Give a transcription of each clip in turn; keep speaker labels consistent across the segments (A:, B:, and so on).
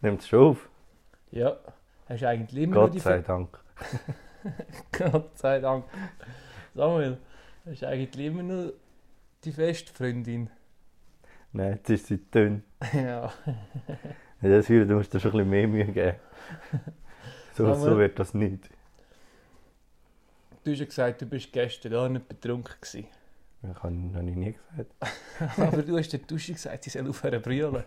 A: Nimmt es schon auf?
B: Ja, hast du eigentlich immer noch
A: Gott
B: die
A: sei
B: Ver
A: Dank.
B: Gott sei Dank. Samuel, hast du eigentlich immer noch die feste Freundin?
A: Nein, jetzt ist sie dünn.
B: ja.
A: Ja, Das hier, du musst dir schon ein bisschen mehr Mühe geben. So,
B: Aber-
A: so wird das nicht.
B: Du hast ja gesagt, du bist gestern auch nicht betrunken gewesen.
A: Das habe ich noch nie gesagt.
B: Aber du hast der Dusche gesagt, sie soll aufhören zu brüllen.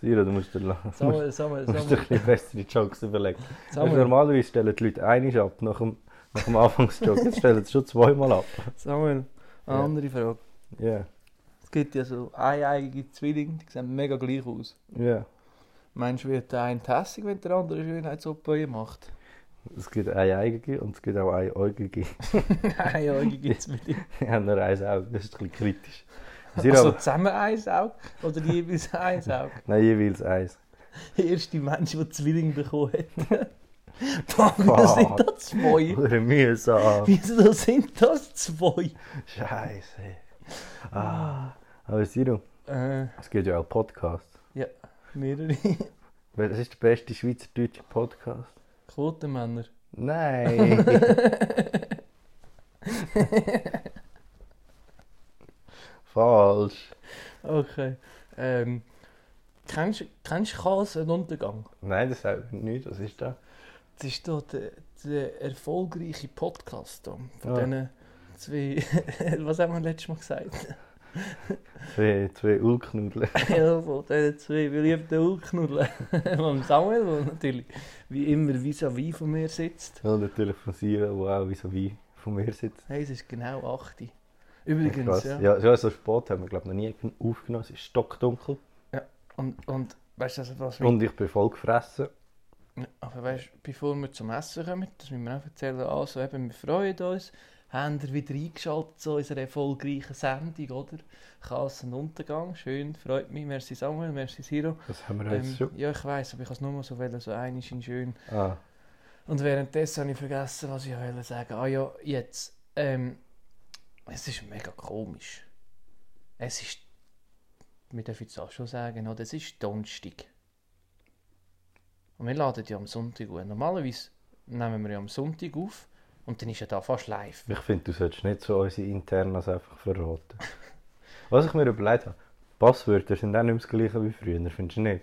A: Siro, du musst dir, la- musst, musst
B: Samuel, Samuel,
A: dir ein
B: Samuel,
A: bisschen bessere Jokes überlegen. Weisst du,
B: Samuel,
A: normalerweise stellen die Leute einmal ab nach dem, nach dem Anfangsjoke. Jetzt stellen sie schon zweimal ab.
B: Samuel, eine
A: Ja.
B: andere Frage.
A: Ja,
B: Es gibt ja so eieiige Zwillinge, die sehen mega gleich aus.
A: ja.
B: Meinst du, wird der eine hässig, wenn der andere eine Schönheits-OP macht?
A: Es gibt eine eigene und es gibt auch eine äugige.
B: Eieiige Zwillinge.
A: Die haben nur ein Auge, das ist ein bisschen kritisch. Siro,
B: Also
A: aber-
B: zusammen eins Auge oder jeweils eins Auge?
A: nein, jeweils eins.
B: Der erste Mensch, der Zwillinge bekommen hat. Boah, das sind da zwei.
A: Oder mühsam.
B: Wieso das sind das zwei?
A: Scheiße. Ah. Aber Siro,
B: Äh,
A: es gibt ja auch Podcasts.
B: mehrere
A: Weil Das ist der beste schweizerdeutsche Podcast.
B: Quotenmänner.
A: Nein. Falsch.
B: Okay. Ähm, kennst, kennst du Chaos einen Untergang?
A: Nein, das sagt mir nicht. Was ist das?
B: Das ist doch der, der erfolgreiche Podcast hier, von
A: Ah.
B: diesen zwei. Was haben wir letztes Mal gesagt?
A: Zwei, zwei Ulknudeln.
B: ja, von diesen zwei beliebten Urknuddeln. Von Samuel, der natürlich wie immer vis-à-vis von mir sitzt.
A: Und natürlich von Sira, die auch wie so wie von mir sitzt.
B: Hey, es ist genau 8. Uhr. Übrigens,
A: Krass.
B: ja.
A: ja. Ja, so spät haben wir, glaube ich, noch nie aufgenommen. Es ist stockdunkel.
B: Und, und weißt du, also, was wir.
A: Und ich bin voll gefressen.
B: Aber weißt du, bevor wir zum Essen kommen, das müssen wir auch erzählen, also eben, wir freuen uns, haben ihr wieder eingeschaltet zu unserer erfolgreichen Sendung, oder? Chaos und Untergang, schön, freut mich, merci Samuel, merci Siro.
A: Das haben wir
B: Ähm,
A: jetzt schon.
B: ja, ich weiß, aber ich kann es nur mal so wollen, so einisch in schön.
A: Ah,
B: Und währenddessen habe ich vergessen, was ich wollte sagen. Ah ja, jetzt, ähm, es ist mega komisch. Es ist, wir dürfen jetzt auch schon sagen, oder? es ist Donnerstag. Und wir laden ja am Sonntag auf. Normalerweise nehmen wir ja am Sonntag auf und dann ist ja da fast live.
A: ich finde, du solltest nicht so unsere Internas einfach verraten. Was ich mir überlegt habe, Passwörter sind auch nicht mehr das gleiche wie früher, findest du nicht?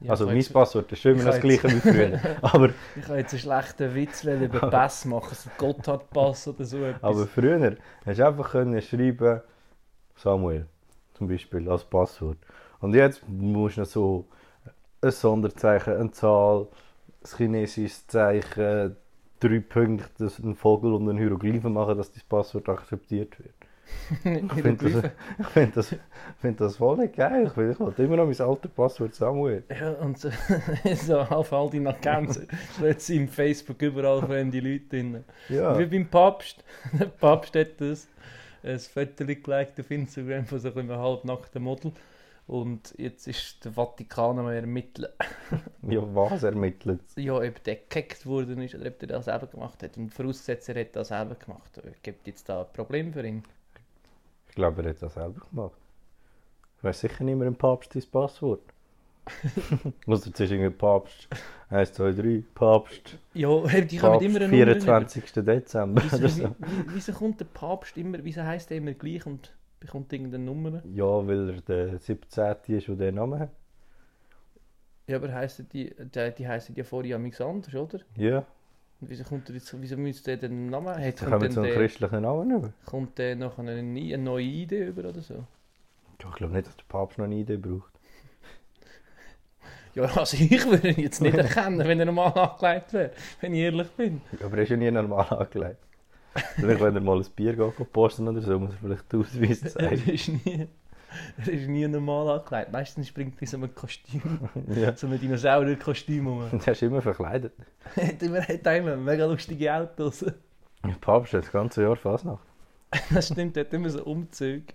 B: Ja,
A: also
B: ich
A: mein
B: kann jetzt-
A: Passwort ist schon immer noch das
B: Ich kann jetzt-
A: gleiche wie früher. Aber,
B: Ich kann jetzt einen schlechten Witz über Also Pass machen, so Gotthard-Pass oder so etwas.
A: aber früher hast du einfach können schreiben Samuel zum Beispiel als Passwort. Und jetzt musst du noch so ein Sonderzeichen, eine Zahl, ein chinesisches Zeichen, drei Punkte, einen Vogel und einen Hieroglyphen machen, dass dein Passwort akzeptiert wird.
B: Ich
A: Ich finde das, ich find das, ich find das voll nicht geil. Ich, will- ich wollte immer noch mein altes Passwort Samuel.
B: Ja, und so, so auf all deine Grenzen. Jetzt sind im Facebook überall fremde Leute drin.
A: Ja.
B: Wie beim Papst. Der Papst hat das, ein Foto gelegt auf Instagram von so einem halbnackten Model. Und jetzt ist der Vatikan am ermitteln.
A: ja, was ermittelt?
B: Ja, ob der gehackt worden ist oder ob der das selber gemacht hat. Und vorausgesetzt, er hat das selber gemacht. Gibt jetzt da ein Problem für ihn?
A: Ich glaube, er hat das selber gemacht. Ich weiß sicher nicht mehr im Papst dein Passwort. Muss jetzt irgendwie Papst 1, 2, 3, Papst,
B: Ja, die kommen
A: Papst
B: immer eine Nummer über.
A: 24. Dezember.
B: Wieso,
A: oder
B: wie,
A: so.
B: wie- wieso kommt der Papst immer, wieso heisst er immer gleich und bekommt irgendeine Nummer?
A: Ja, weil er der 17. ist, der den Namen hat.
B: Ja, aber heissen die, die, die heissen ja vorher nichts anders, oder?
A: Ja,
B: Und wieso kommt er jetzt, wieso müsste der den Namen haben?
A: da kommen
B: Kommt,
A: so
B: denn
A: einen
B: der,
A: christlichen Namen über.
B: kommt der noch eine, nie- eine neue Idee über oder so?
A: Ja, ich glaube nicht, dass der Papst noch eine Idee braucht.
B: Ja, also ich würde ihn jetzt nicht erkennen, wenn er normal angelegt wäre, wenn ich ehrlich bin.
A: Aber er ist ja nie normal angelegt. Vielleicht, wenn er mal ein Bier geht, posten oder so, muss er vielleicht den Ausweis
B: Er
A: zeigen.
B: ist nie, er ist nie normal angelegt. Meistens springt er in so einem Kostüm,
A: ja.
B: so einem Dinosaurier-Kostüm rum.
A: Und er ist immer verkleidet.
B: Hat immer- hat auch immer mega lustige Autos.
A: Der Papst hat das ganze Jahr Fasnacht.
B: Das stimmt, er hat immer so Umzüge.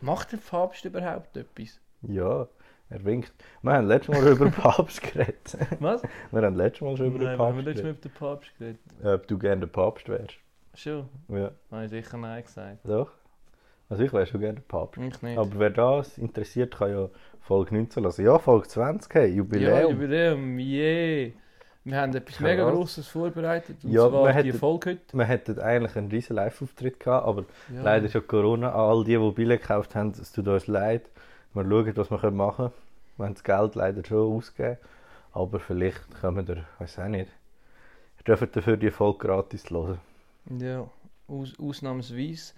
B: Macht der Papst überhaupt etwas?
A: Ja, er winkt. Wir haben letztes Mal über den Papst geredet.
B: Was?
A: Wir haben letztes Mal schon über
B: Nein,
A: den
B: wir haben
A: Papst
B: letztes Mal
A: geredet.
B: über den Papst geredet.
A: Ob du gerne der Papst wärst.
B: Schon.
A: Ja,
B: Habe ich sicher Nein gesagt.
A: doch. Also ich wäre schon gerne Papst.
B: Ich nicht.
A: Aber wer das interessiert, kann ja Folge 19 lassen. Ja, Folge 20, hey,
B: Ja,
A: Jubiläum.
B: Jubiläum, yeah. Wir haben etwas mega
A: Krass.
B: Grosses vorbereitet, und
A: Ja, wir
B: zwar die
A: hätten-
B: Folge heute.
A: wir hätten eigentlich einen riesen Live-Auftritt gehabt, aber
B: Ja.
A: leider schon Corona. An all die, die Billen gekauft haben, es tut uns leid. Wir schauen, was wir können machen können. Wir haben das Geld leider schon ausgegeben. Aber vielleicht können wir, weiß auch nicht. Ihr dürft dafür die Folge gratis hören.
B: Ja, aus, ausnahmsweise.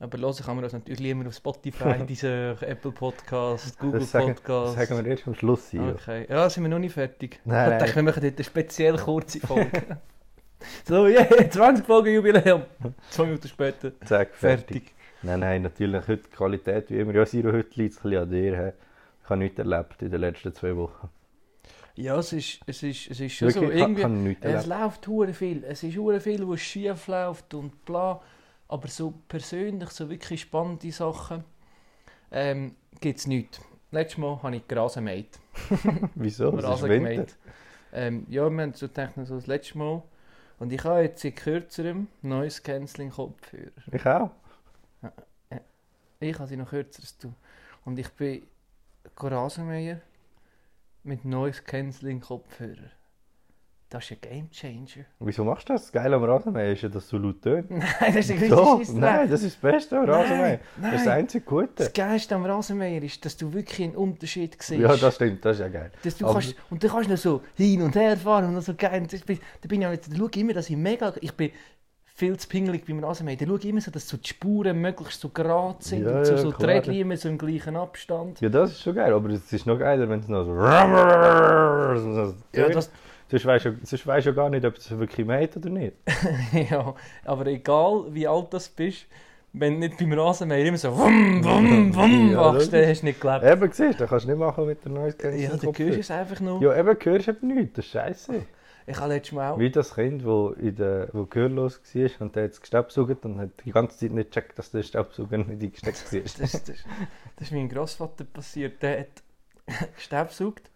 B: Aber hören kann man das natürlich immer auf Spotify, diese Apple Podcast, Google
A: Das sagen, das
B: Podcast.
A: sagen wir erst am Schluss. Sio.
B: Okay. Ja, sind wir noch nicht fertig.
A: Nein,
B: ich
A: nein.
B: dachte, wir machen heute eine speziell kurze Folge. so, yeah, 20 Folgen Jubiläum. Zwei Minuten später.
A: Zack, fertig.
B: Fertig.
A: Nein, nein, natürlich heute die Qualität wie immer. Ja, Siro, heute liegt es ein bisschen an dir. He. Ich habe nichts erlebt in den letzten zwei Wochen.
B: Ja, es ist, es ist, es ist schon
A: Wirklich,
B: so.
A: ich habe-
B: Irgendwie,
A: habe nichts
B: es
A: erlebt.
B: läuft hure viel. Es ist hure viel, was schief läuft und bla. Aber so persönlich, so wirklich spannende Sachen, ähm, gibt es nichts. Letztes Mal habe ich Gras gemäht.
A: Wieso? Es Oh, ist
B: Rasen
A: Winter.
B: gemäht. Ähm, ja, wir haben so gedacht, so das letzte Mal. Und ich habe jetzt in kürzerem neues Canceling-Kopfhörer.
A: Ich auch.
B: Ich habe sie noch kürzer als du. Und ich bin Rasenmäher mit neues Canceling-Kopfhörer. Das ist ein Game Changer.
A: Wieso machst du das? Das Geile am Rasenmähen ist ja, dass du laut tönt.
B: Nein, das ist ein
A: Doch,
B: Scheissdreck.
A: nein, das ist das Beste am Rasenmähen. Das ist das
B: nein.
A: einzige Gute.
B: Das Geilste am Rasenmäher ist, dass du wirklich einen Unterschied siehst.
A: Ja, das stimmt, das ist ja geil.
B: Dass du
A: Aber-
B: kannst, und dann kannst du noch so hin und her fahren und noch so geil. Und das bin- Da bin ich auch, da schaue ich immer, dass ich mega. Ich bin viel zu pingelig beim Rasenmähen. Da schaue ich immer so, dass so die Spuren möglichst so gerade sind
A: Ja,
B: und so,
A: ja,
B: so die
A: klar.
B: Rädchen immer so im gleichen Abstand.
A: Ja, das ist schon geil, aber es ist noch geiler, wenn es noch so... so
B: Ja,
A: tönt.
B: das,
A: Sonst weisst du sonst weisst du ja gar nicht, ob es wirklich mäht oder nicht.
B: ja, aber egal wie alt das bist, wenn du nicht beim Rasenmäher immer so wumm, wumm, wumm
A: Ja,
B: machst, dann
A: logisch.
B: hast du nicht gelebt.
A: Eben, siehst du, das kannst du nicht machen mit der neues
B: Ja,
A: Gänse.
B: dann hörst du es einfach noch.
A: Ja, eben, hörst du eben nichts, das ist scheiße.
B: Ich habe letztes Mal auch.
A: Wie das Kind, das in der, wo gehörlos war und der jetzt gestaubsaugt und hat die ganze Zeit nicht gecheckt, dass der Staubsauger nicht eingesteckt war.
B: Das, das, das ist meinem Großvater passiert. Der hat gestaubsaugt.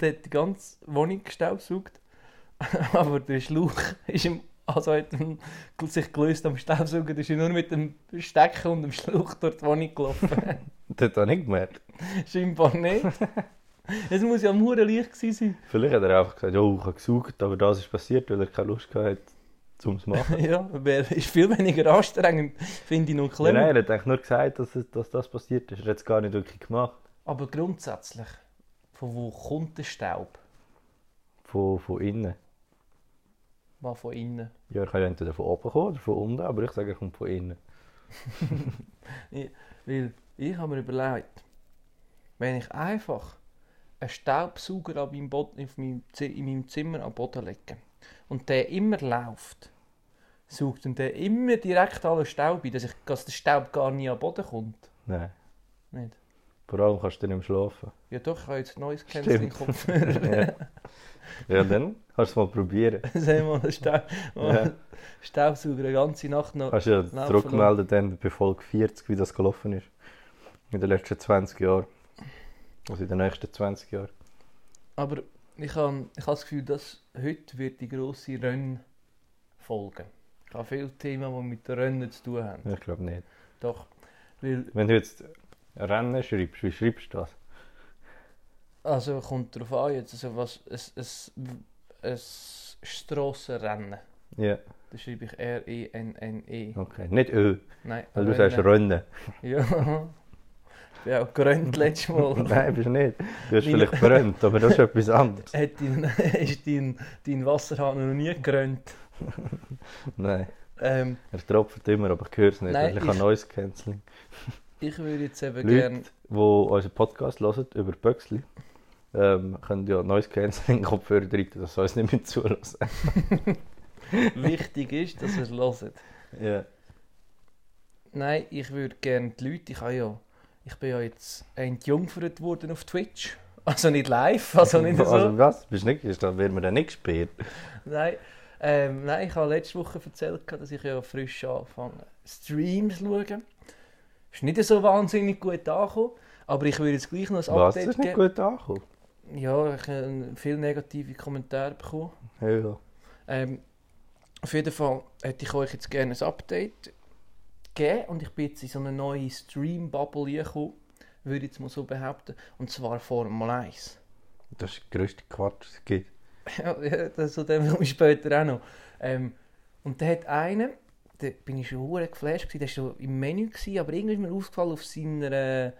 B: der hat die ganze Wohnung gestaubsaugt. Aber der Schlauch ist ihm, also hat ihm sich gelöst am Staubsauger. Der ist nur mit dem Stecken und dem Schlauch durch die Wohnung gelaufen.
A: Das hat er nicht gemerkt.
B: Scheinbar nicht. Es muss ja am Huren leicht gewesen
A: Vielleicht hat er einfach gesagt, ja, ich habe gesaugt, aber das ist passiert, weil er keine Lust gehabt hat, um es zu machen.
B: sein. Ja, aber ist viel weniger anstrengend, finde ich noch
A: Ja,
B: clever.
A: nein, er hat eigentlich nur gesagt, dass, es- dass das passiert ist. Er hat es gar nicht wirklich gemacht.
B: Aber grundsätzlich, von wo kommt der Staub?
A: Von, von innen.
B: War von innen.
A: Ja, er kann ja entweder von oben kommen oder von unten, aber ich sage, er kommt von innen.
B: Weil ich habe mir überlegt, wenn ich einfach einen Staubsauger an meinem Boden, auf meinem, Zi- in meinem Zimmer am Boden lege und der immer läuft, saugt und der immer direkt alle Staub ein, dass, ich, dass der Staub gar nie am Boden kommt.
A: Nein.
B: Nicht?
A: Vor allem kannst du dann nicht mehr schlafen.
B: Ja doch, ich habe jetzt ein neues
A: Stimmt.
B: Canceling Kopfhörer.
A: ja. ja, dann kannst du es mal probieren.
B: Sehen wir einen Staub,
A: Ja.
B: Staubsauger eine ganze Nacht noch.
A: Hast du ja
B: Laufen
A: zurückgemeldet dann bei Folge 40, wie das gelaufen ist. In den letzten 20 Jahren. Also in den nächsten 20 Jahren.
B: Aber ich habe, ich habe das Gefühl, dass heute wird die grosse Rennen folgen. Ich habe viele Themen, die mit Rennen zu tun haben.
A: Ich glaube nicht.
B: Doch, weil,
A: Wenn du jetzt Rennen schreibst, wie schreibst du das?
B: also kommt darauf an, jetzt, also was, ein, ein, ein Strassenrennen.
A: Ja,
B: Da schreibe ich E R-E-N-N-E.
A: okay. Nicht Ö,
B: Nein,
A: weil du sagst Rennen.
B: Ja. Ich bin auch gerannt letztes Mal.
A: Nein, bist du nicht. Du hast
B: Meine-
A: vielleicht brennt, aber das ist etwas anderes.
B: Hat dein, ist dein, dein Wasserhahn noch nie gerannt?
A: Nein,
B: Ähm,
A: er tropft immer, aber ich höre es nicht,
B: Nein,
A: weil ich
B: ich-
A: habe neues Canceling.
B: ich würde jetzt eben
A: Leute.
B: gerne...
A: Wo unseren Podcast hören, über Böxli, ähm, können ja neues Canceling Kopfhörer rein, dass sie uns nicht mehr zulassen.
B: Wichtig ist, dass wir es hören.
A: Ja.
B: Nein, ich würde gerne die Leute, ich, habe ja, ich bin ja jetzt entjungfert worden auf Twitch. Also nicht live, also nicht so.
A: Also was? Bist du nicht, ist, da wird man dann nicht gesperrt.
B: Nein, ähm, nein, ich habe letzte Woche erzählt, dass ich ja frisch anfange, Streams zu schauen. Ist nicht so wahnsinnig gut angekommen, aber ich würde jetzt gleich noch
A: Was?
B: ein
A: Das
B: Update
A: ist nicht gut angekommen.
B: Ja, ich habe viele negative Kommentare bekommen.
A: Ja.
B: Ähm, auf jeden Fall hätte ich euch jetzt gerne ein Update gegeben und ich bin jetzt in so eine neue Stream-Bubble gekommen, würde ich jetzt mal so behaupten, und zwar Formel 1.
A: Das ist der grösste Quatsch, was es gibt.
B: Ja, ja, das, zu dem komme ich später auch noch. Ähm, und da hat einer, da bin ich schon hure geflasht, gewesen, der war schon im Menü, gewesen, aber irgendwie ist mir aufgefallen, auf seiner äh,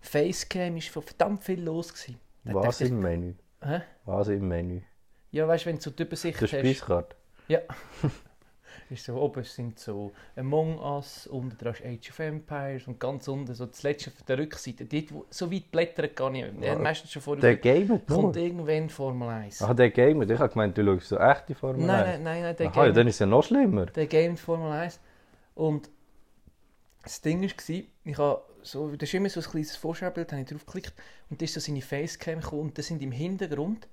B: Facecam war schon verdammt viel los. Gewesen. Da
A: Was
B: dachte ich,
A: im Menü?
B: Hä?
A: Was im Menü?
B: Ja, weißt du, wenn du so die Übersicht
A: Der
B: hast,
A: Speiskarte.
B: ist so, oben sind so Among Us, unten dran ist Age of Empires und ganz unten, so das letzte auf der Rückseite, dort, wo, so weit blättern kann ich nicht.
A: Ja, Ah,
B: Meistens schon vorher,
A: Der gamet
B: kommt
A: nur?
B: irgendwann Formel 1.
A: Ach, der gamet. Ich habe gemeint, du schaust so echte Formel
B: nein,
A: 1.
B: nein, nein, nein, der
A: Aha, ja,
B: Game-
A: dann ist es ja noch schlimmer.
B: der Game Formel 1. Und das Ding war, ich habe so, das ist immer so ein kleines Vorschaubild, habe ich draufgeklickt und da ist so seine Facecam gekommen und da sind im Hintergrund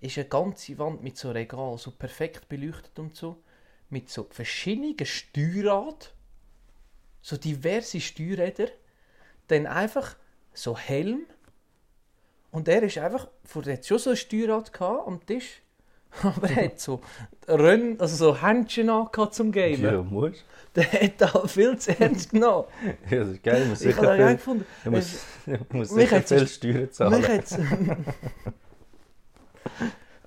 B: ist eine ganze Wand mit so Regal, so perfekt beleuchtet und so, mit so verschiedenen Steuerrad, so diverse Steuerräder, dann einfach so Helm und er ist einfach, vor der hat schon so ein Steuerrad gehabt am Tisch, aber er hat so Rönn, also so Händchen angehabt zum Gamen
A: Ja, musst.
B: der hat da viel zu ernst genommen.
A: Ja, das ist geil. Ich muss
B: Ich
A: sicher
B: habe auch
A: viel,
B: gefunden,
A: ich muss, ich muss
B: mich
A: sicher
B: hat's-
A: viel Steuern
B: mich
A: zahlen.
B: hat's,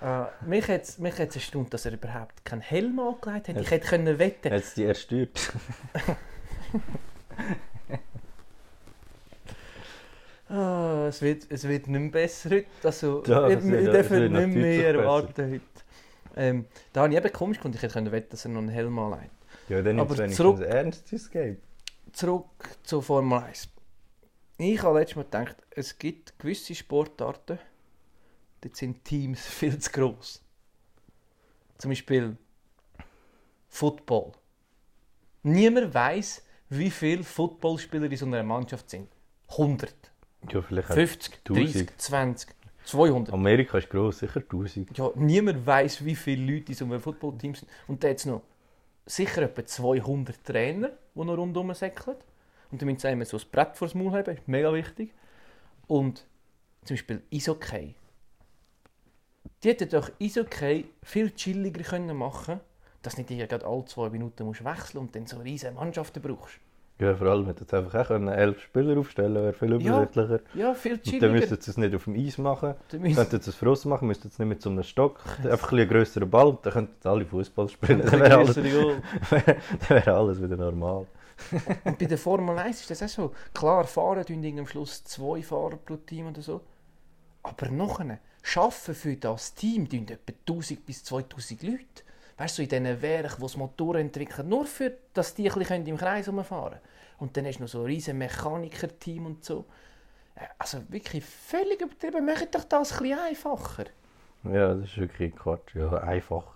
B: äh, mich hat's, mich hat's erstaunt, dass er überhaupt keinen Helm angelegt hat. Ich hätte können wetten.
A: Jetzt die ersteuert.
B: Ah, es, wird, es wird nicht mehr besser heute. Also,
A: Ja,
B: wir
A: es wird-
B: wir
A: es wird
B: dürfen nicht
A: noch deutlich
B: mehr
A: besser.
B: erwarten heute. Ähm, da habe ich eben komisch gefunden, ich hätte können wetten, dass er noch einen Helm anlegt.
A: Ja, dann
B: Aber
A: ist es
B: zurück-
A: wenigstens ernst, das Game.
B: Zurück zur Formel 1. Ich habe letztes Mal gedacht, es gibt gewisse Sportarten, dort sind Teams viel zu gross. Zum Beispiel Football. Niemand weiß, wie viele Footballspieler in so einer Mannschaft sind. 100,
A: Ja, vielleicht auch
B: 50, 30,
A: 1000.
B: 20, 200.
A: Amerika ist gross, sicher 1000.
B: Ja, niemand weiß, wie viele Leute in so einem Footballteam sind. Und da jetzt noch sicher etwa 200 Trainer, die noch rundherum säckeln. Und damit sie immer so ein Brett vor das Maul haben, ist mega wichtig. Und zum Beispiel Eishockey. Die hätten doch Eishockey viel chilliger können machen dass nicht ihr gerade alle zwei Minuten musst wechseln und dann so riesige Mannschaften brauchst.
A: Ja, vor allem, wenn jetzt einfach auch können, elf Spieler aufstellen wäre viel
B: Ja,
A: übersichtlicher.
B: Ja, viel
A: Und dann
B: chilliger.
A: müssten sie es nicht auf dem Eis machen.
B: Dann müssen-
A: Könnten sie es Frost machen, müssten sie nicht mit so einem Stock. Einfach ein bisschen grösseren Ball und dann könnten sie alle Fußball spielen. Dann wäre alles,
B: Grössere Goal.
A: dann wäre alles wieder normal.
B: Und bei der Formel 1 ist das auch so. Klar, fahren tun irgendwie am Schluss zwei Fahrer pro Team oder so. Aber nachher arbeiten für das Team tun etwa 1000 bis 2000 Leute. Weißt du, in diesen Werken, die das Motor entwickeln, nur für, dass die ein bisschen im Kreis herumfahren können. Und dann hast du noch so ein riesen Mechaniker-Team und so. Äh, Also wirklich völlig übertrieben. Macht doch das ein bisschen einfacher.
A: Ja, das ist wirklich Quatsch. Ja, einfacher.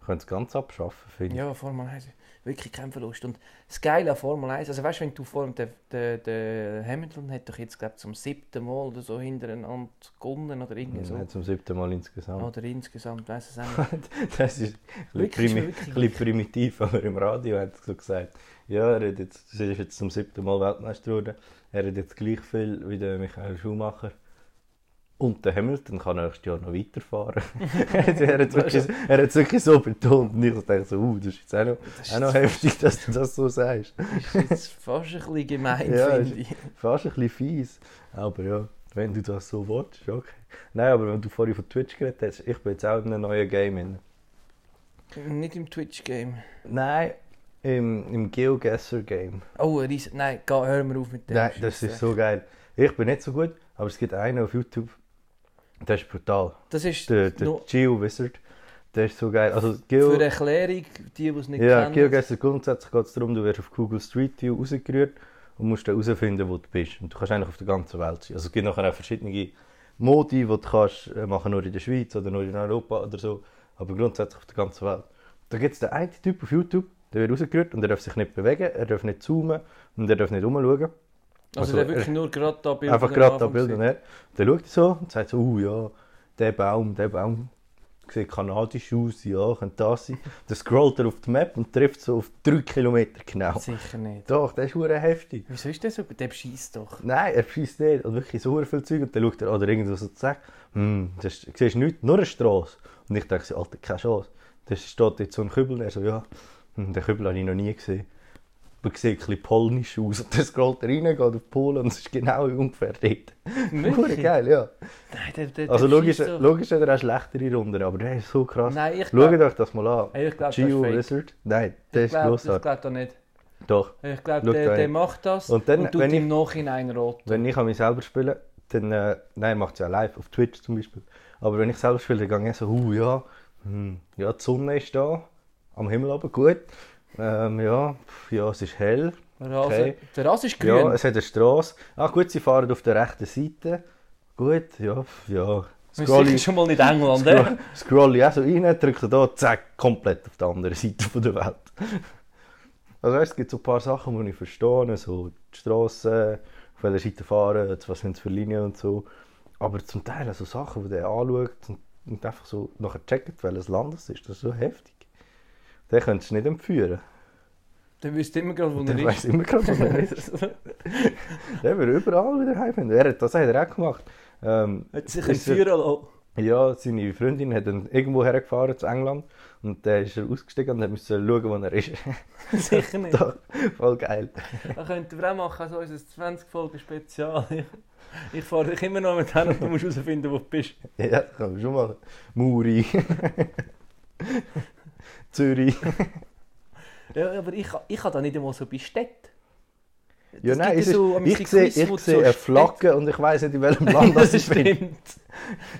A: Wir können es ganz abschaffen, finde ich.
B: Ja, Formel 1, wirklich kein Verlust. Und das Geile an Formel 1, also weißt du, wenn du vor der, der, der Hamilton hat doch jetzt, glaube zum siebten Mal oder so hintereinander gewonnen oder irgendwie so.
A: Ja, zum siebten Mal insgesamt.
B: Oder insgesamt, weiß es auch nicht.
A: Das ist ein bisschen,
B: Wirklich,
A: primi
B: wirklich.
A: ein bisschen primitiv, aber im Radio hat es so gesagt. Ja, er hat jetzt, das ist jetzt zum siebten Mal Weltmeister geworden. Er hat jetzt gleich viel wie der Michael Schumacher. Und der Hamilton kann nächstes Jahr noch weiterfahren. er, hat wirklich, er hat wirklich so betont. Und ich dachte so, uh, das ist jetzt auch noch,
B: Das
A: auch noch
B: ist,
A: heftig, dass du das so sagst.
B: ist jetzt fast ein bisschen gemein,
A: Ja,
B: finde ich.
A: Fast ein bisschen fies. Aber ja, wenn du das so willst, ist okay. Nein, aber wenn du vorhin von Twitch geredet hast, ich bin jetzt auch in einem neuen Game. Drin.
B: Nicht im Twitch-Game.
A: Nein, im, im GeoGuessr-Game.
B: Oh, ein riesen. Nein, geh, hör mir auf mit dem.
A: Nein, das ist so geil. Ich bin nicht so gut, aber es gibt einen auf YouTube, der ist brutal.
B: Das ist
A: Der, der
B: noch
A: Geo-Wizard, der ist so geil. Also, Geo,
B: für Erklärung, die, die es nicht
A: ja,
B: kennen.
A: GeoGuessr grundsätzlich geht es darum, du wirst auf Google Street View rausgerührt und musst dann herausfinden, wo du bist. Und du kannst eigentlich auf der ganzen Welt sein. Also, es gibt nachher auch verschiedene Modi, die du kannst äh, machen nur in der Schweiz oder nur in Europa oder so, aber grundsätzlich auf der ganzen Welt. Da gibt es den einen Typ auf YouTube, der wird rausgerührt und er darf sich nicht bewegen, er darf nicht zoomen und er darf nicht rumschauen.
B: also,
A: also,
B: der wirklich nur gerade da Bilder
A: Einfach
B: am
A: gerade da
B: Anfang
A: Bilder
B: sieht.
A: her. Dann schaut er so und sagt so, uh, ja, der Baum, der Baum sieht kanadisch aus, ja, könnte das sein. Dann scrollt er auf die Map und trifft so auf 3 Kilometer genau.
B: Sicher nicht.
A: Doch, der ist hure heftig.
B: Wieso ist der so gut? Der bescheißt doch.
A: Nein, er schießt nicht. Und wirklich so hure viel Zeug. Und dann schaut er, oder irgendwas so sagt, hm, das ist- siehst du nichts, nur eine Straße. Und ich denke, so, Alter, keine Chance. Dann steht jetzt so ein Kübel und er so, ja, hm, den Kübel habe ich noch nie gesehen. man sieht ein bisschen polnisch aus. Und dann scrollt er rein, geht auf Polen und es ist genau ungefähr dort. Hure
B: Wirklich?
A: geil, ja.
B: Nein, der, der,
A: Also
B: der
A: logisch,
B: schießt so-
A: logisch hat er auch schlechtere Runden, aber der ist so krass.
B: Nein, ich
A: Schaut
B: glaube,
A: euch das mal an.
B: ich glaube, das ist
A: Geo
B: fake.
A: Wizard? Nein, der
B: Ich
A: ist
B: glaube glaub
A: grossartig.
B: da nicht.
A: Doch.
B: Ich glaube,
A: Schau
B: der,
A: da
B: der
A: hin.
B: macht das und,
A: Und dann,
B: tut
A: wenn
B: im Nachhinein rot.
A: Wenn ich an mich selber spiele, dann. Äh, nein, macht es ja live, auf Twitch zum Beispiel. Aber wenn ich selber spiele, dann gehe ich so, uh, ja, hm, ja, die Sonne ist da, am Himmel aber gut. Ähm, ja, pf, ja, es ist hell.
B: Rasen.
A: Okay.
B: Der Rasen ist
A: Ja,
B: grün.
A: es hat eine Straße. Ah, gut, sie fahren auf der rechten Seite. Gut, ja, pf, ja.
B: Wir sind sicher
A: Scrolli,
B: schon mal nicht England, eh?
A: scroll, scrolli auch so rein, drücke da, zack, komplett auf der anderen Seite von der Welt. Also weißt, es gibt so ein paar Sachen, die ich verstehe, so die Strassen, auf welcher Seite fahren, jetzt was sind es für Linien und so. Aber zum Teil auch so Sachen, die der anschaut und, und einfach so nachher checkt, welches Land es ist, das ist so heftig. Den könntest du nicht empführen.
B: Dann wüsst ihr immer gerade, wo
A: Der
B: er
A: weiß
B: ist.
A: immer gerade, wo er ist. Der würde überall wieder heimfinden. Er hat, das hat er auch gemacht. Ähm,
B: Hat sich ein
A: ist er-
B: Führer lassen.
A: Ja, seine Freundin hat ihn irgendwo hergefahren zu England und dann ist er ausgestiegen und hat müssen schauen, wo er ist.
B: Sicher nicht.
A: Doch, voll geil.
B: Da könnten wir auch machen, also unser 20-Folgen-Spezial. Ich fahre dich immer noch mit hin und du musst herausfinden, wo du bist.
A: Ja, das kann man schon machen. Muri. Zürich.
B: Ja, aber ich, kann- ich kann da nicht einmal so bei Städten.
A: Ja,
B: Das
A: nein,
B: gibt
A: es ist,
B: so am
A: ich sehe,
B: Quiz, wo
A: ich
B: du
A: sehe
B: so
A: eine
B: Städte-
A: Flagge und ich weiß nicht, in welchem Land das
B: das
A: ich bin.
B: stimmt.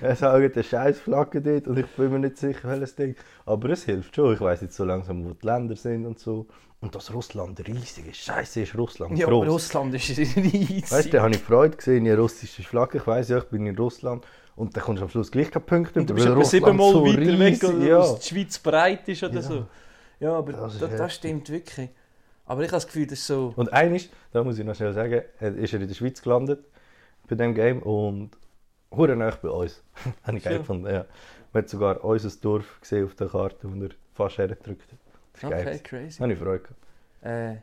A: Es hängt eine scheiß Flagge dort und ich bin mir nicht sicher, welches Ding. Aber es hilft schon. Ich weiß jetzt so langsam, wo die Länder sind und so. Und dass Russland riesig ist. Scheiße, ist Russland
B: Ja, aber
A: groß.
B: Russland ist riesig.
A: Weißt du, da habe ich Freude gesehen, eine russische Flagge. Ich weiss ja, ich bin in Russland. Und dann kommst du am Schluss gleich keine Punkte.
B: Und du
A: über,
B: bist
A: weil
B: etwa siebenmal
A: so
B: weiter
A: riesig-
B: weg, oder
A: ja.
B: als die Schweiz breit ist oder
A: Ja.
B: so. Ja, aber
A: Das
B: das,
A: ist
B: das,
A: heftig.
B: stimmt wirklich. Aber ich habe das Gefühl, das ist so.
A: Und eines, da muss ich noch schnell sagen, äh, ist er in der Schweiz gelandet bei dem Game und hure nah bei uns. habe ich geil
B: Ja.
A: gefunden, ja. Man hat sogar unser Dorf gesehen auf der Karte, wo er fast hergedrückt hat. Das ist
B: Okay,
A: geil. Da
B: crazy.
A: habe ich Freude gehabt.
B: Äh,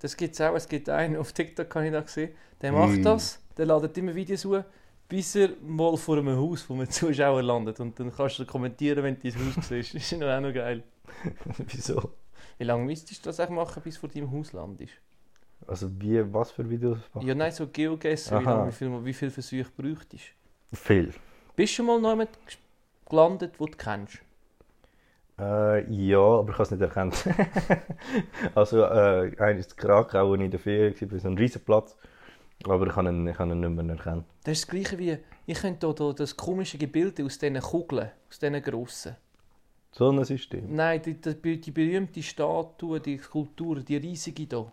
B: das gibt es auch. Es gibt einen auf TikTok, kann ich da sehen. Der macht
A: Ui.
B: das, der ladet immer Videos hoch, bis er mal vor einem Haus von einem Zuschauer landet. Und dann kannst du kommentieren, wenn du dein Haus siehst. Das ist noch auch noch geil.
A: Wieso?
B: Wie lange müsstest du das auch machen, bis du vor deinem Haus landest?
A: Also wie, was für Videos machen?
B: Ja, nein, so Geogessen, wie,
A: Aha.
B: lange, wie, viel, wie viel Versuche bräuchtest
A: Viel.
B: Bist du schon mal noch jemand ges- gelandet, den du kennst?
A: Äh, ja, aber ich habe es nicht erkannt. also, äh, einer ist Krakau, wo ich in der Ferien war, war so ein Riesenplatz. Aber ich habe ihn, ich habe ihn nicht mehr erkannt.
B: Das ist das gleiche wie, ich könnte hier das komische Gebilde aus diesen Kugeln, aus diesen grossen.
A: So ein System.
B: Nein, die, die, die berühmte Statue, die Skulptur, die riesige hier.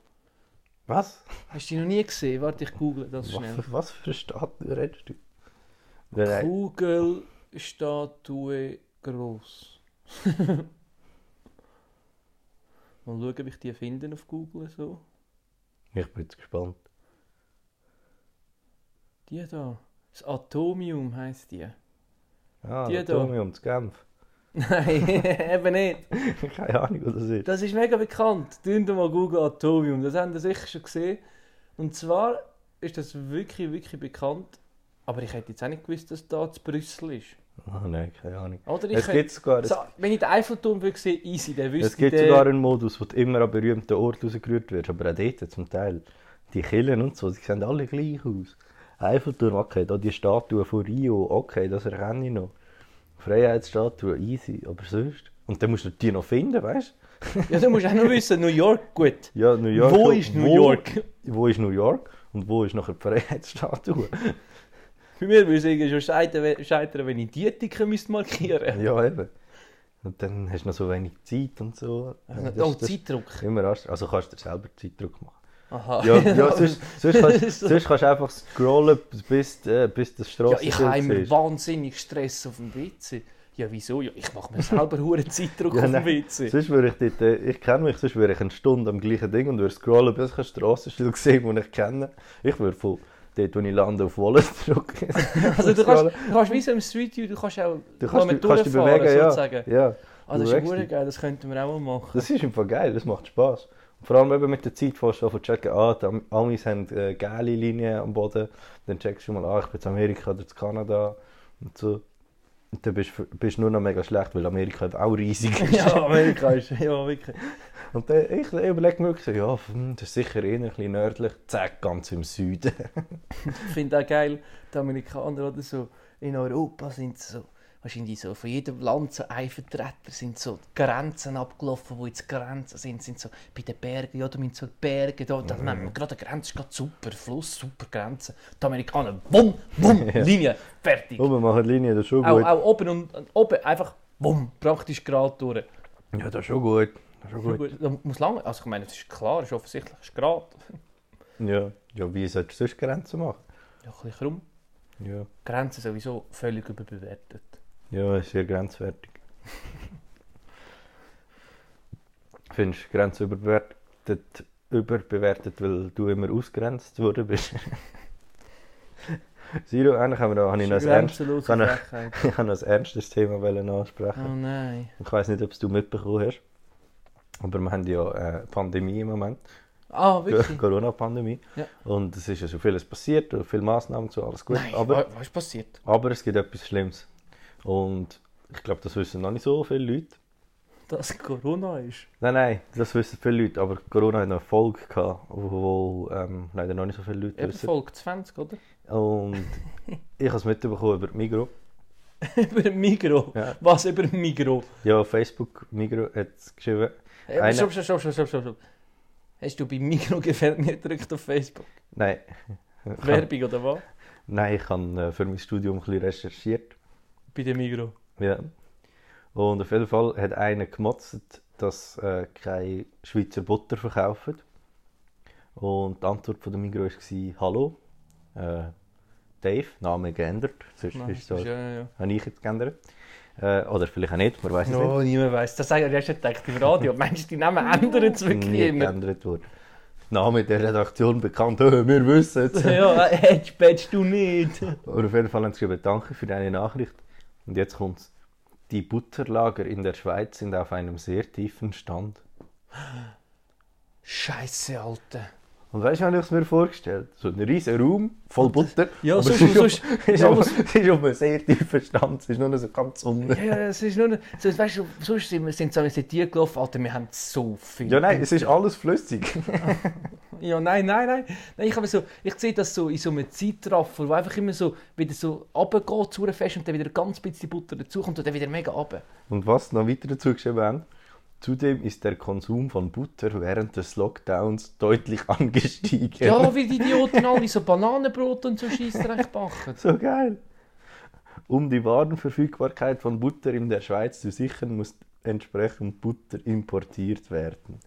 A: Was?
B: Hast du die noch nie gesehen? Warte, ich google das schnell.
A: Was, was für eine Statue redest du? Nein,
B: Kugelstatue gross. Mal schauen, ob ich die finde auf Google. So.
A: ich bin jetzt gespannt.
B: Die da. Das Atomium heisst die.
A: Ah,
B: Die
A: die
B: da.
A: Tommy und das Genf.
B: Nein, eben nicht.
A: Keine Ahnung, was das ist.
B: Das ist mega bekannt. Tun mal Google Atomium. Das haben ihr sicher schon gesehen. Und zwar ist das wirklich, wirklich bekannt. Aber ich hätte jetzt auch nicht gewusst, dass da zu Brüssel ist.
A: Ah, nein, keine Ahnung.
B: Oder ich
A: Es
B: könnte,
A: gibt sogar,
B: so,
A: es,
B: wenn ich den Eiffelturm würde sehen, easy, der wüsste
A: es gibt
B: der,
A: sogar einen Modus, wo du immer an berühmten Orten rausgerührt wirst. Aber auch dort zum Teil. Die Killen und so, die sehen alle gleich aus. Eiffelturm, okay, da die Statue von Rio, okay, das erkenne ich noch. Freiheitsstatue, easy, aber sonst. Und dann musst du die noch finden, weißt
B: Ja, du musst auch noch wissen, New York, gut.
A: du? Ja, New York.
B: Wo
A: schon.
B: ist New
A: Wo-
B: York?
A: Wo ist New York und wo ist nachher die Freiheitsstatue?
B: Bei mir würde ich schon scheitern, scheitern, wenn ich die Ticke müsste markieren
A: Ja, eben. Und dann hast du noch so wenig Zeit und so.
B: müsste.
A: das,
B: oh,
A: das ist
B: Zeitdruck.
A: Immer anstrengend. also kannst du dir selber Zeitdruck machen.
B: Aha.
A: Ja, ja sonst, sonst, kannst,
B: So.
A: sonst kannst du einfach scrollen, bis, äh, bis das
B: Ja,
A: Straße
B: ich habe immer wahnsinnig Stress auf dem WC. Ja, wieso? Ja, ich mache mir selber hohen Zeitdruck
A: Ja,
B: auf dem
A: nein.
B: WC.
A: Sonst würde ich dort, äh, ich kenne mich, sonst würde ich eine Stunde am gleichen Ding und würde scrollen, bis ich ein Strassenschild sehe, das ich kenne. Ich würde von dort, wo ich lande, auf Wallet drücken.
B: Also du kannst, du kannst wie so im Street View, du kannst auch
A: Du kannst
B: damit
A: dich- kannst dich
B: durchfahren,
A: bewegen, ja.
B: sozusagen.
A: ja,
B: Ah, das
A: Du
B: ist
A: bewegst
B: hure
A: dich.
B: geil, das könnten wir auch mal machen.
A: das ist einfach geil, das macht Spass. Und vor allem eben mit der Zeit fährst du von checken, ah, die Am- Amis haben äh, geile Linien am Boden. Dann checkst du mal, ah, ich bin in Amerika oder in Kanada und so. dann bist du bist du nur noch mega schlecht, weil Amerika eben auch riesig ist.
B: ja, Amerika ist ja wirklich.
A: Und dann, ich überlege mir wirklich, ja, hm, das ist sicher eher ein bisschen nördlich, zack, ganz im Süden.
B: Ich finde auch geil, die Amerikaner oder so in Europa sind so, wahrscheinlich so von jedem Land ah, so ein Vertreter, sind so die Grenzen abgelaufen, die jetzt Grenzen sind, sind so bei den Bergen, ja, da müssen so die Berge, da, da nehmen wir gerade eine Grenze, ist gerade super, Fluss, super Grenze. Die Amerikaner, wumm, wumm,
A: Ja.
B: Linie, fertig.
A: Oben machen die Linie, das ist schon
B: Auch,
A: gut.
B: auch oben und und oben einfach, wumm, praktisch gerade durch.
A: Ja, das ist schon gut. Das ist schon gut.
B: Gut, da muss lange, also ich meine, das ist klar, das ist offensichtlich, das ist gerade.
A: Ja. ja, wie sollst du sonst Grenzen machen?
B: Ja, ein bisschen krumm.
A: Ja,
B: Grenzen sowieso völlig überbewertet.
A: ja ist sehr grenzwertig. Findest du Grenzen überbewertet, überbewertet, weil du immer ausgrenzt worden bist? Siro, eigentlich haben wir noch, habe ich noch ein ernst-
B: Grenzenlose
A: kann ich-
B: Frechheit.
A: ich habe noch ein ernstes Thema wollen
B: Oh
A: ansprechen.
B: nein.
A: Ich weiß nicht, ob es du mitbekommen hast, aber wir haben ja eine Pandemie im Moment,
B: Ah,
A: die
B: wirklich?
A: Corona-Pandemie.
B: Ja.
A: Und es ist ja schon vieles passiert, und viele Massnahmen und so, alles gut.
B: Nein,
A: aber,
B: wa- was ist passiert?
A: aber es gibt etwas Schlimmes. Und ich glaube, das wissen noch nicht so viele Leute.
B: Dass Corona ist.
A: Nein, nein, das wissen viele Leute, aber Corona hat eine Folge gehabt, wo ähm, leider noch nicht so viele Leute
B: Eben
A: wissen.
B: Folge 20, oder?
A: Und ich habe es mitbekommen über Migro.
B: über Migro.
A: Ja.
B: Was über Migro?
A: Ja, auf Facebook Migro hat es geschrieben. Einer-
B: Hey, stopp, stopp, stopp, stopp, stopp, stopp. Hast du bei Migro gefällt mir gedrückt auf Facebook?
A: Nein.
B: Werbung oder was?
A: Nein, ich habe äh, für mein Studium ein bisschen recherchiert.
B: Bei dem Migro.
A: Ja. Und auf jeden Fall hat einer gemotzt, dass äh, keine Schweizer Butter verkaufen. Und die Antwort von der Migros war: Hallo, äh, Dave, Name geändert. Sonst
B: Nein,
A: ist so,
B: das ist- ja, ja.
A: habe ich jetzt geändert. Äh, oder vielleicht auch nicht, man weiß es
B: No, niemand weiß. Das sagen ja erst gedacht im Radio. Meinst du, die Namen ändern es
A: nicht.
B: wirklich
A: Nie
B: immer?
A: geändert worden. Name der Redaktion bekannt, äh, wir wissen es.
B: ja, hättest hättest du nicht.
A: Aber auf jeden Fall haben sie geschrieben, danke für deine Nachricht. Und jetzt kommt's. Die Butterlager in der Schweiz sind auf einem sehr tiefen Stand.
B: Scheiße, Alter.
A: Und weißt du, wie habe ich es mir vorgestellt? So ein riesen Raum, voll Butter.
B: Ja,
A: aber
B: sonst-
A: es ist, auf-
B: sonst-
A: es ist,
B: ja,
A: auf-
B: aber-
A: es ist auf einem sehr tiefen Stand. Es ist nur noch so ganz unten.
B: Ja, es ist nur. So, weißt du, sonst sind wir sind so mit dir gelaufen, Alter, wir haben so viel.
A: Ja, nein, es ist alles flüssig.
B: Ja, nein, nein, nein. nein ich, habe so, ich sehe das so in so einem Zeitraffer, wo einfach immer so wieder so runtergeht, zu fest und dann wieder ganz bisschen Butter dazukommt und dann wieder mega runter.
A: Und was sie noch weiter dazu geschrieben haben, zudem ist der Konsum von Butter während des Lockdowns deutlich angestiegen.
B: Ja, wie die Idioten alle so Bananenbrot und so Scheissdreck backen.
A: So geil. Um die Warenverfügbarkeit von Butter in der Schweiz zu sichern, muss entsprechend Butter importiert werden.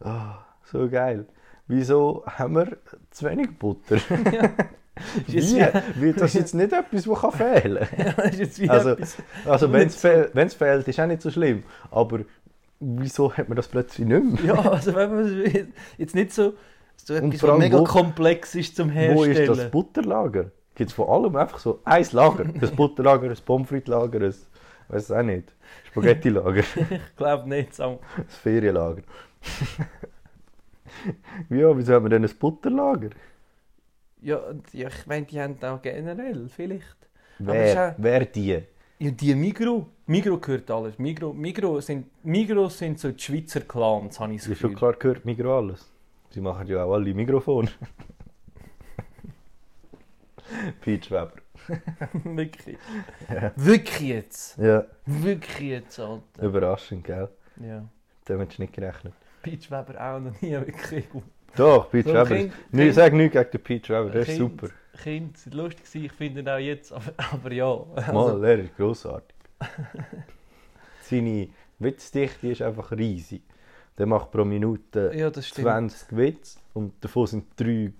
A: Ah, so geil. Wieso haben wir zu wenig Butter?
B: Ist
A: Wie? Wie? Das ist jetzt nicht etwas, das kann fehlen kann.
B: Ja, ist jetzt wieder
A: Also,
B: etwas.
A: also wenn es fehl, wenn's fehlt, ist auch nicht so schlimm. Aber wieso hat man das plötzlich nicht mehr?
B: Ja, also wenn man es jetzt nicht so, so
A: Und
B: etwas,
A: vor
B: was
A: allem,
B: mega
A: wo-
B: komplex ist zum
A: Wo ist
B: Herstellen.
A: das Butterlager? Gibt es vor allem einfach so ein Lager? Ein Butterlager, ein Pommes frites-Lager, ein, weiß auch nicht, Spaghetti-Lager.
B: ich glaube nicht, Sam.
A: Das Ferienlager. ja, wieso haben wir denn ein Butterlager?
B: Ja, und- ja, ich meine, die haben auch generell, vielleicht. es
A: Wer,
B: ist auch-
A: wer die?
B: Ja, die Migro. Migro gehört alles. Migro, Migro, sind, Migro sind so die Schweizer Clans, habe ich das
A: Ist schon
B: Gefühl.
A: klar gehört Migro alles. Sie machen ja auch alle Mikrofone. Peach Weber.
B: Wirklich. Wirklich jetzt.
A: Ja,
B: Wirklich jetzt, Alter.
A: überraschend, gell?
B: Ja.
A: Damit hättest du nicht gerechnet.
B: Peach Weber auch noch nie wirklich.
A: Doch, Peach
B: So,
A: Weber.
B: Kind-
A: ist- Nee,
B: Kind-
A: sag nichts gegen den Peach Weber, der ist
B: Kind-
A: super.
B: Kind, sind lustig gewesen, ich finde ihn auch jetzt, aber, aber ja.
A: Mal, der ist grossartig. Seine Witzdichte ist einfach riesig. Der macht pro Minute
B: ja, das stimmt.
A: 20 Witze und davon sind 3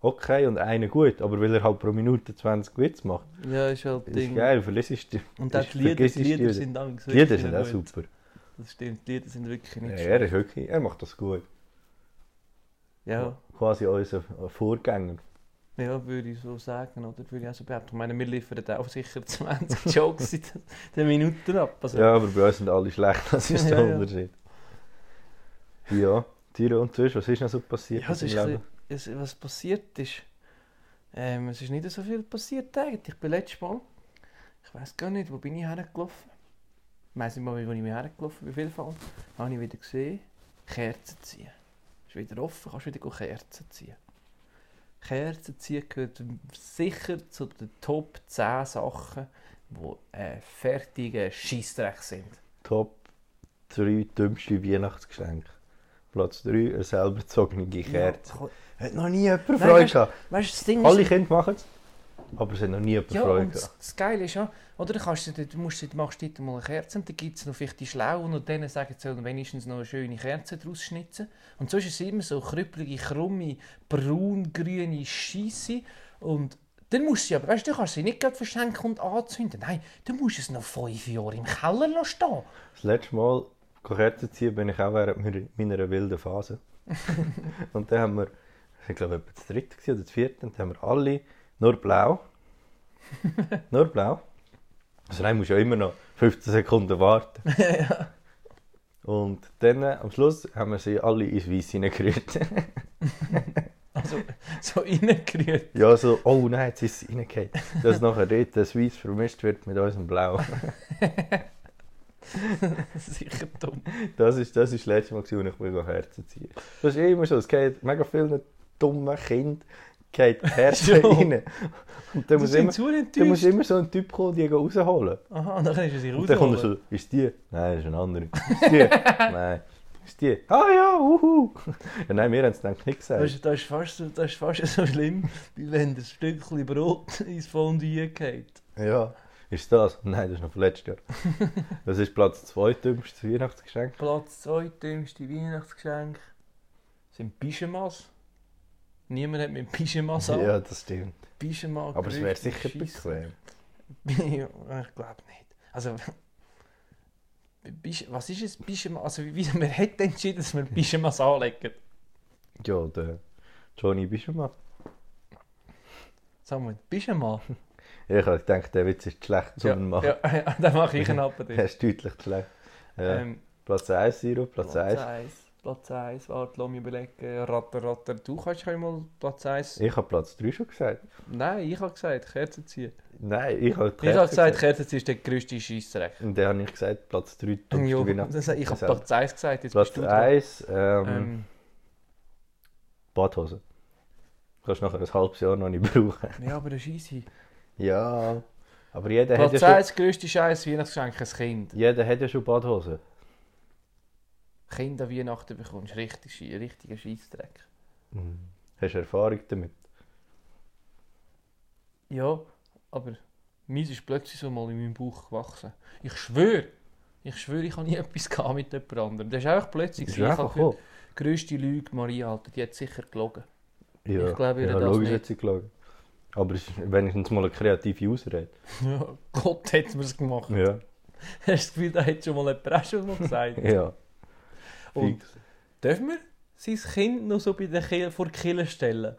A: okay und einer gut. Aber weil er halt pro Minute 20 Witze macht,
B: Ja, ist halt
A: ist
B: Ding.
A: geil, verlesest du.
B: Und auch
A: ist-
B: die Lieder,
A: vergiss
B: die
A: es
B: Lieder
A: dir.
B: sind dann
A: Die Lieder sind auch super.
B: Das stimmt, die Lieder sind wirklich
A: Ja,
B: nicht
A: er ist wirklich, er macht das gut.
B: Ja,
A: Quasi unser Vorgänger.
B: ja, würde ich so sagen, oder? Würde ich auch so behaupten. Ich meine, wir liefern auch sicher 20 Jokes in den- den Minuten ab. Also,
A: Ja, aber bei uns sind alle schlecht, das ist
B: Ja,
A: der
B: ja.
A: Unterschied. Ja, Tiro und Tisch, was ist noch so nou passiert
B: Ja,
A: in
B: es ist
A: deinem
B: ein bisschen- es, was passiert ist, ähm, es ist nicht so viel passiert eigentlich. Ich bin letztes Mal Ich weiß gar nicht, wo bin ich hergelaufen? Ich weiss nicht mal, wo ich mich hergelaufen bin. Auf jeden Fall habe ich wieder gesehen, Kerzen ziehen. Ist wieder offen, kannst wieder Kerzen ziehen. Kerzen ziehen gehört sicher zu den Top 10 Sachen, die ein fertiger Scheissdreck sind.
A: Top 3 dümmste Weihnachtsgeschenke. Platz 3, eine selber gezogene Kerze.
B: Ja,
A: Hat noch nie jemand
B: Nein,
A: Freude gehabt.
B: weißt du, das Ding ist-
A: Alle Kinder machen es, aber es hat noch nie jemand
B: Ja,
A: Freude
B: und
A: gehabt.
B: das, das Geile ist ja, oder du, kannst, dir- du, musst, dir- du machst dort mal eine Kerze und dann gibt es noch vielleicht die Schlauen und denen sagen, sie sollen wenigstens noch eine schöne Kerze draus schnitzen. Und sonst ist es immer so krüppelige, krumme, braun-grüne Scheisse und dann musst du sie aber, weißt du, du kannst sie nicht gerade verschenken und anzünden. Nein, du musst es noch fünf Jahre im Keller lassen stehen.
A: Das letzte Mal Kerzen ziehen bin ich auch während mir- meiner wilden Phase. und dann haben wir, ich glaube, etwa das dritte gewesen oder das vierte, und dann haben wir alle nur blau. nur blau. Also nein, musst ja immer noch 15 Sekunden warten. Und dann äh, am Schluss haben wir sie alle ins Weiß hineingerührt.
B: Also so reingerührt.
A: ja, so, oh nein, jetzt ist es reingefallen. Dass nachher dort das Weiß vermischt wird mit unserem Blau.
B: Sicher dumm.
A: Das ist, das ist das letzte Mal, gewesen, als ich mir nach Herzen ziehe. Das ist immer so. Es geht mega vielen dummen Kindern geht Herzen
B: Ja.
A: rein. Und dann muss, immer,
B: zu
A: dann muss
B: enttäuscht.
A: immer so ein Typ kommen, die ihn rausholen.
B: Aha, und dann kannst du sie
A: Und dann kommt er
B: rausholen.
A: so, ist die? Nein, das ist ein anderer. Ist die? Nein. Ist die? Ah ja, uhu. Ja, nein, wir haben es dann nicht gesagt.
B: Das, ist- das, ist fast, so- das ist fast so schlimm, wie wenn das Stückchen Brot ins Fondue geht.
A: Ja. Ist das? Nein, das ist noch vom letzten Jahr. Das ist Platz 2 dümmstes Weihnachtsgeschenk.
B: Platz 2, dümmste Weihnachtsgeschenk, sind Pyjamas. Niemand hat mit Pyjamas an.
A: Ja, das stimmt.
B: Pyjama
A: Aber es wäre
B: gerückt,
A: sicher
B: Scheisse.
A: bequem.
B: Ja, ich glaube nicht. Also, Pyj- was ist ein Pyjama? Also, wie, wie- man hat entschieden, dass man Pyjamas anlegen.
A: Ja, der Johnny, bist du mal?
B: Sagen wir, Pyjama.
A: Ich habe gedacht, der Witz ist schlecht zu
B: ja,
A: machen.
B: ja, ja, dann mache ich einen
A: Er
B: Appetit.
A: ist deutlich zu schlecht. Ja.
B: Ähm,
A: Platz 1, Siro, Platz 1.
B: Platz 1, warte, lass mich überlegen. eh, Ratter, ratter, du kannst schon mal Platz 1.
A: Ich habe Platz 3 schon gesagt.
B: Nein, ich habe gesagt, Kerzen ziehen.
A: Nein, ich habe die
B: ich habe
A: Kerze
B: gesagt, Kerzen ziehen ist der größte Scheissdreck.
A: Und dann habe ich gesagt, Platz 3
B: Jo,
A: tust genau.
B: das- Ich habe
A: selber.
B: Platz 1 gesagt, jetzt
A: Platz
B: bist du dran.
A: 1, ähm,
B: Ähm,
A: Badhose. Kannst nachher ein halbes Jahr noch nicht brauchen.
B: ja, aber der Scheisse.
A: Ja. Aber jeder hat, ja dus
B: Platz
A: schon,
B: 1, grösste Scheiß, Weihnachtsgeschenk, ein Kind.
A: jeder hat ja schon Badhose.
B: Kind an Weihnachten bekommst, richtig, Schei- richtiger Scheissdreck. Mhm.
A: Hast du Erfahrung damit?
B: Ja, aber meins ist plötzlich so mal in meinem Bauch gewachsen. Ich schwöre, ich schwöre, ich habe nie etwas gehabt mit jemand anderem. Das ist einfach plötzlich
A: Ist
B: gewesen. Ich
A: einfach
B: habe gehört,
A: gekommen.
B: die grösste Lüge, Maria, Alter, die hat sicher gelogen.
A: Ja,
B: Ich glaube, ihr
A: ja
B: das
A: logisch
B: nicht.
A: hat sie gelogen. Aber es ist wenigstens mal eine kreative Ausrede.
B: Ja, Gott hat mir's gemacht.
A: Ja.
B: Hast du das Gefühl, da hat schon mal jemand Preschung gesagt?
A: Ja.
B: Und dürfen wir sein Kind noch so bei der Kille, vor die Kille stellen,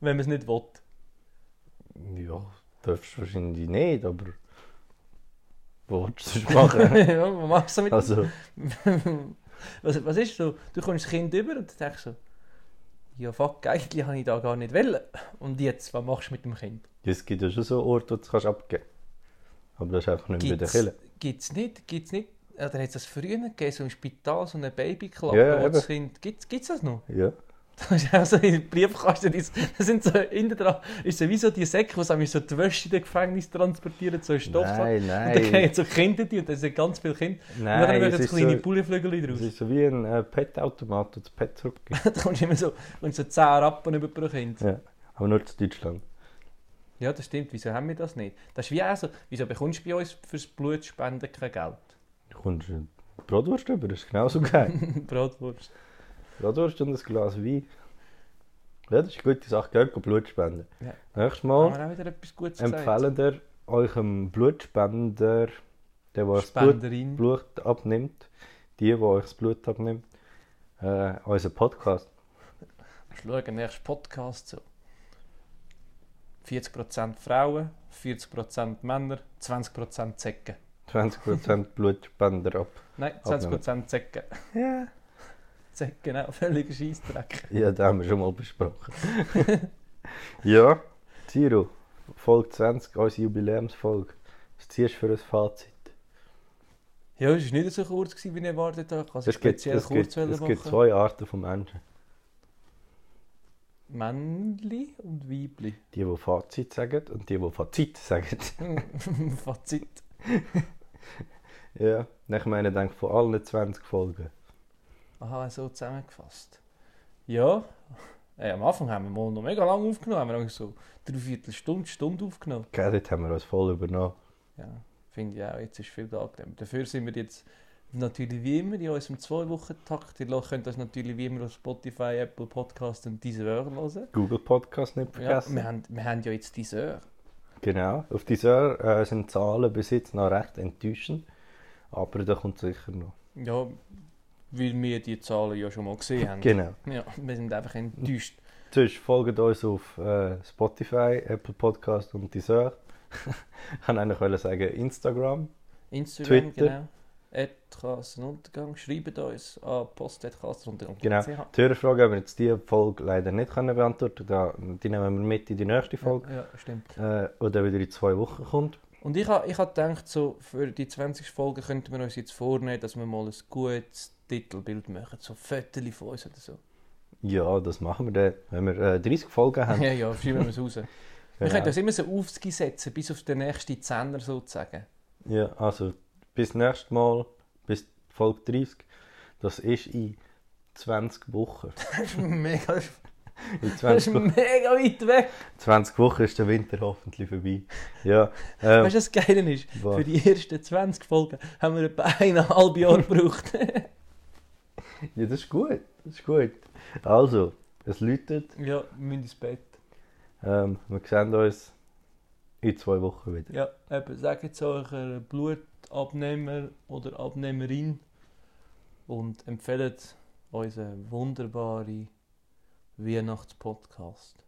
B: wenn man es nicht will?
A: Ja, darfst du wahrscheinlich nicht, aber. Was willst du sonst machen?
B: ja, was machst du mit
A: also,
B: was, was ist so? Du kommst das Kind über und denkst so, ja fuck, eigentlich habe ich da gar nicht wollen. Und jetzt, was machst du mit dem Kind?
A: es gibt ja schon so Orte, wo du es kannst abgeben kannst. Aber das ist einfach nicht mehr bei der Kille.
B: gibt's nicht, gibt's nicht, oder hat es das früher gegeben, so im Spital, so eine Babyklappe,
A: Ja,
B: wo das
A: eben.
B: Kind, gibt's, gibt's das noch?
A: Ja.
B: Das ist auch so in den Briefkasten, das sind so, hinten dran ist so wie so die Säcke, die so die Wäsche in den Gefängnis transportieren, so Stoff.
A: Nein,
B: Und dann gehen
A: nein.
B: so Kinder die und dann sind ganz viele Kinder. und dann
A: Nein,
B: werden
A: es
B: so
A: ist
B: kleine
A: so,
B: Pulliflügel
A: es
B: draus.
A: ist so wie ein äh, Pet-Automat, der das Pet zurückgibt.
B: da kommst du immer so, und so 10 Rappen über pro Kind.
A: ja. Aber nur zu Deutschland.
B: Ja, das stimmt. Wieso haben wir das nicht? Das ist wie auch so, wieso bekommst du bei uns fürs Blutspenden kein Geld?
A: Du kommst eine Bratwurst über, das ist genauso geil.
B: Bratwurst.
A: Bratwurst und ein Glas Wein. Ja, das ist eine gute Sache, gell? Geht Blut spenden.
B: Ja. Ah,
A: Nächstes
B: Haben
A: Mal.
B: wir auch wieder etwas Gutes gesagt?
A: empfehlen wir eurem Blutspender, der, der euch das Blut,
B: Spenderin.
A: Blut abnimmt, die, die euch das Blut abnimmt, äh, unseren Podcast.
B: Schauen, nächsten Podcast so. 40% Frauen, 40% Männer, 20% Zecken.
A: 20% Blutspender ab.
B: Nein,
A: Abnehmen.
B: 20% Zecken.
A: Ja.
B: Zecken, genau. Völliger Scheissdreck.
A: ja, das haben wir schon mal besprochen. ja, Ciro, Folge 20, unsere Jubiläumsfolge. Was ziehst du für ein Fazit?
B: Ja, es war nicht so kurz, gewesen, wie ich erwartet habe. Ich kann es
A: Es gibt,
B: speziell
A: es,
B: kurz
A: gibt, es
B: machen.
A: gibt zwei Arten von Menschen.
B: Männli und Weibli.
A: Die, die Fazit sagen und die, die Fazit sagen.
B: Fazit.
A: ja. Und Ich meine, ich denke, von allen 20 Folgen.
B: Aha, so zusammengefasst. Ja, äh, am Anfang haben wir mal noch mega lange aufgenommen. Haben wir eigentlich so dreiviertel Stunde, Stunde aufgenommen.
A: Gell, dort haben wir uns voll übernommen.
B: Ja, finde ich auch. Jetzt ist viel angenehm. Dafür sind wir jetzt natürlich wie immer in unserem Zwei-Wochen-Takt. Ihr könnt das natürlich wie immer auf Spotify, Apple Podcast und Deezer hören.
A: Google Podcast nicht
B: Ja,
A: vergessen.
B: wir, haben, wir haben ja jetzt Deezer.
A: Genau. Auf dieser äh, sind die Zahlen bis jetzt noch recht enttäuschend. Aber da kommt sicher noch.
B: Ja, weil wir die Zahlen ja schon mal gesehen haben.
A: Genau.
B: Ja, wir sind einfach enttäuscht.
A: Sonst folgt uns auf äh, Spotify, Apple Podcast und Deezer. ich wollte eigentlich wollen sagen Instagram.
B: Instagram,
A: Twitter.
B: genau. Kassenuntergang. Schreibt uns an post.kassenuntergang.ch.
A: Genau.
B: Ja,
A: Die Hörerfrage haben wir jetzt diese Folge leider nicht können beantworten da, Die nehmen wir mit in die nächste Folge.
B: ja, stimmt.
A: Äh, oder wieder in zwei Wochen kommt.
B: Und ich habe ich hab gedacht, so für die 20. Folge könnten wir uns jetzt vornehmen, dass wir mal ein gutes Titelbild machen. So Fotos von uns oder so.
A: Ja, das machen wir dann, wenn wir äh, 30 Folgen haben.
B: Ja, ja, schreiben wir es raus. Wir
A: Genau.
B: können uns immer so aufsetzen, bis auf den nächsten Zehner sozusagen.
A: Ja, also bis nächstes Mal, bis Folge 30. Das ist in 20 Wochen.
B: Das ist mega, das
A: In
B: ist
A: 20, Wo-
B: mega weit weg.
A: 20 Wochen ist der Winter hoffentlich vorbei. Ja, ähm,
B: Weißt du, was das Geile ist?
A: was?
B: Für die ersten 20 Folgen haben wir etwa eineinhalb Jahre gebraucht.
A: ja, das ist gut. Das ist gut. Also, es läutet.
B: ja, wir müssen ins Bett.
A: Ähm, wir sehen uns in zwei Wochen wieder.
B: Ja, eben, sagt jetzt euren Blutabnehmer oder Abnehmerin und empfehlt unseren wunderbaren Weihnachtspodcast.